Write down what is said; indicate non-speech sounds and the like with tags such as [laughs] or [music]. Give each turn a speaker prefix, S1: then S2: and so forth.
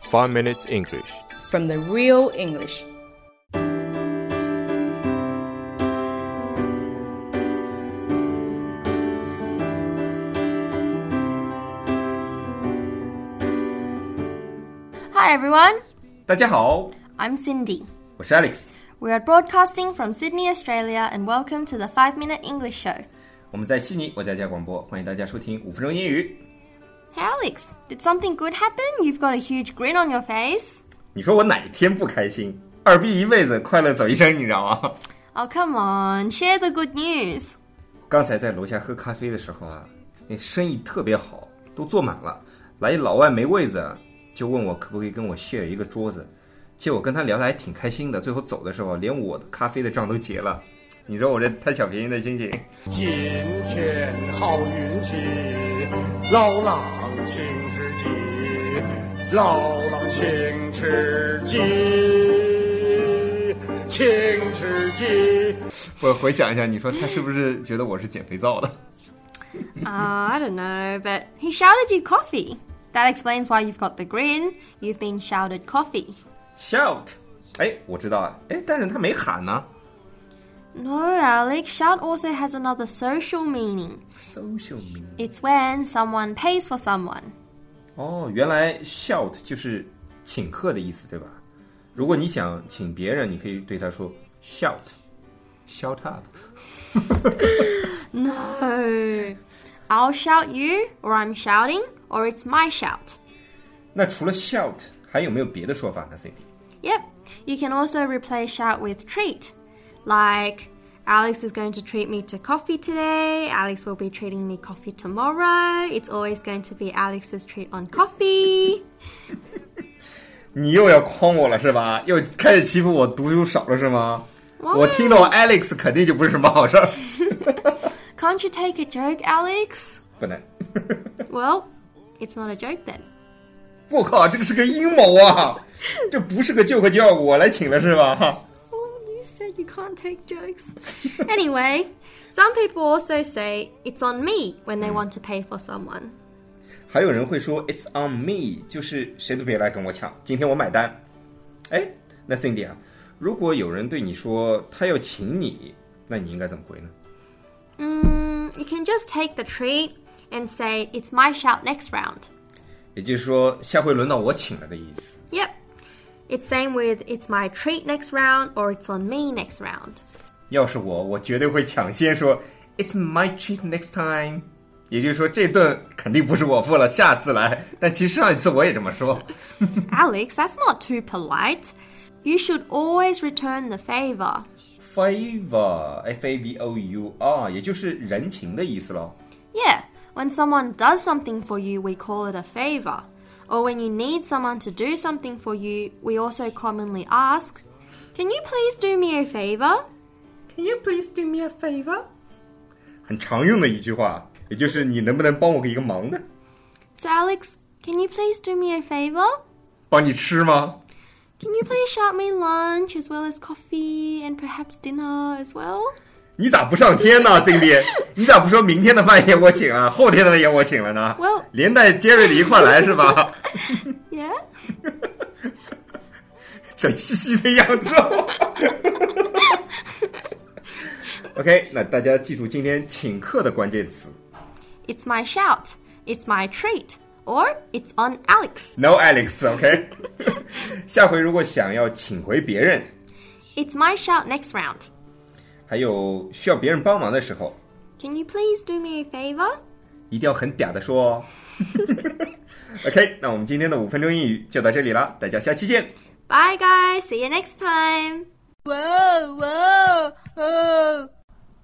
S1: 5 Minutes English.
S2: from the real English.
S3: Hi everyone,
S4: 大家好，
S3: I'm Cindy.
S4: 我是 Alex。
S3: We are broadcasting from Sydney, Australia, and welcome to the 5 Minute English Show.
S4: 我们在悉尼为大家广播，欢迎大家收听五分钟英语。
S3: Hey Alex, did something good happen? You've got a huge grin on your face.
S4: 你说我哪一天不开心？二逼一辈子，快乐走一生，你知道吗？
S3: Oh, come on, share the good news.
S4: 刚才在楼下喝咖啡的时候啊，那生意特别好，都坐满了。来一老外没位子，就问我可不可以跟我 share 一个桌子。结果跟他聊的还挺开心的，最后走的时候连我的咖啡的账都结了。你说我这贪小便宜的心情。
S5: 今天好运气，老郎请吃鸡，老郎请吃鸡，请吃鸡。
S4: 我回想一下，你说他是不是觉得我是捡肥皂的？
S3: Ah, I don't know, but he shouted you coffee. That explains why you've got the grin. You've been shouted coffee.
S4: shout，哎，我知道啊，哎，但是他没喊呢。
S3: No, Alex, shout also has another social meaning.
S4: social mean。
S3: It's when someone pays for someone.
S4: 哦，原来 shout 就是请客的意思，对吧？如果你想请别人，你可以对他说 shout，shout up。
S3: No. I'll shout you, or I'm shouting, or it's my shout.
S4: 那除了 shout，还有没有别的说法呢，Cindy？
S3: Yep. You can also replace shout with treat. Like, Alex is going to treat me to coffee today, Alex will be treating me coffee tomorrow, it's always going to be Alex's treat on coffee.
S4: 你又要诓我了是吧？又开始欺负我读书少了是吗？
S3: 哇
S4: 我听到 Alex 肯定就不是什么好事儿， [laughs]
S3: Can't you take a joke, Alex?
S4: 不能。
S3: Well, it's not a joke then.
S4: 我靠，这个是个阴谋啊！这不是个救和教，我来请了是吧？哈。
S3: Oh, you said you can't take jokes. anyway, some people also say it's on me when they want to pay for someone.
S4: 还有人会说 "It's on me"，就是谁都别来跟我抢，今天我买单。哎，那 Cindy 啊，如果有人对你说他要请你，那你应该怎么回呢？
S3: Mm, you can just take the treat and say, It's my shout next round.
S4: 也就是说，下回轮到我请了的意思。
S3: Yep. It's same with, It's my treat next round or It's on me next round.
S4: 要是我，我绝对会抢先说 "It's my treat next time"，也就是说这顿肯定不是我付了，下次来。但其实上一次我也这么说。
S3: Alex, that's not too polite. You should always return the favor.
S4: Favor，F A V O U R，也就是人情的意思喽。
S3: Yeah, when someone does something for you, we call it a favor. Or when you need someone to do something for you, we also commonly ask, Can you please do me a favor?
S4: Can you please do me a favor？很常用的一句话，也就是你能不能帮我一个忙呢？
S3: So, Alex, can you please do me a favor?
S4: 帮你吃吗？
S3: Can you please shout me lunch as well as coffee and perhaps dinner as well?
S4: 你咋不上天呢，Cindy？你咋不说明天的饭也我请啊，后天的也我请了呢
S3: Well-
S4: [laughs] 连带杰瑞里一块来是吧？ [laughs]
S3: Yeah?
S4: 贼兮兮的样子、 [laughs] 哦。OK，那大家记住今天请客的关键词
S3: It's my shout. It's my treat. Or it's on Alex.
S4: ，No Alex。OK，下回如果想要请回别人，
S3: It's my shout next round.
S4: 还有需要别人帮忙的时候，
S3: Can you please do me a favor?
S4: 一定要很嗲的说哦。OK，那我们今天的五分钟英语就到这里了，大家下期见。
S3: Bye guys. See you next time. Whoa, whoa, whoa.